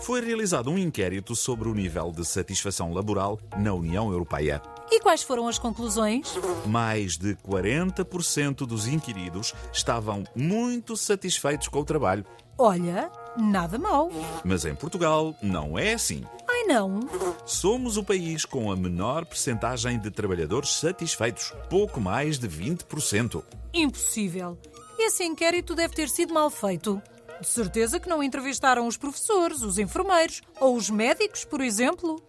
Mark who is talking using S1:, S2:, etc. S1: Foi realizado um inquérito sobre o nível de satisfação laboral na União Europeia.
S2: E quais foram as conclusões?
S1: Mais de 40% dos inquiridos estavam muito satisfeitos com o trabalho.
S2: Olha, nada mal.
S1: Mas em Portugal não é assim.
S2: Ai não.
S1: Somos o país com a menor percentagem de trabalhadores satisfeitos, pouco mais de 20%.
S2: Impossível. Esse inquérito deve ter sido mal feito. De certeza que não entrevistaram os professores, os enfermeiros ou os médicos, por exemplo.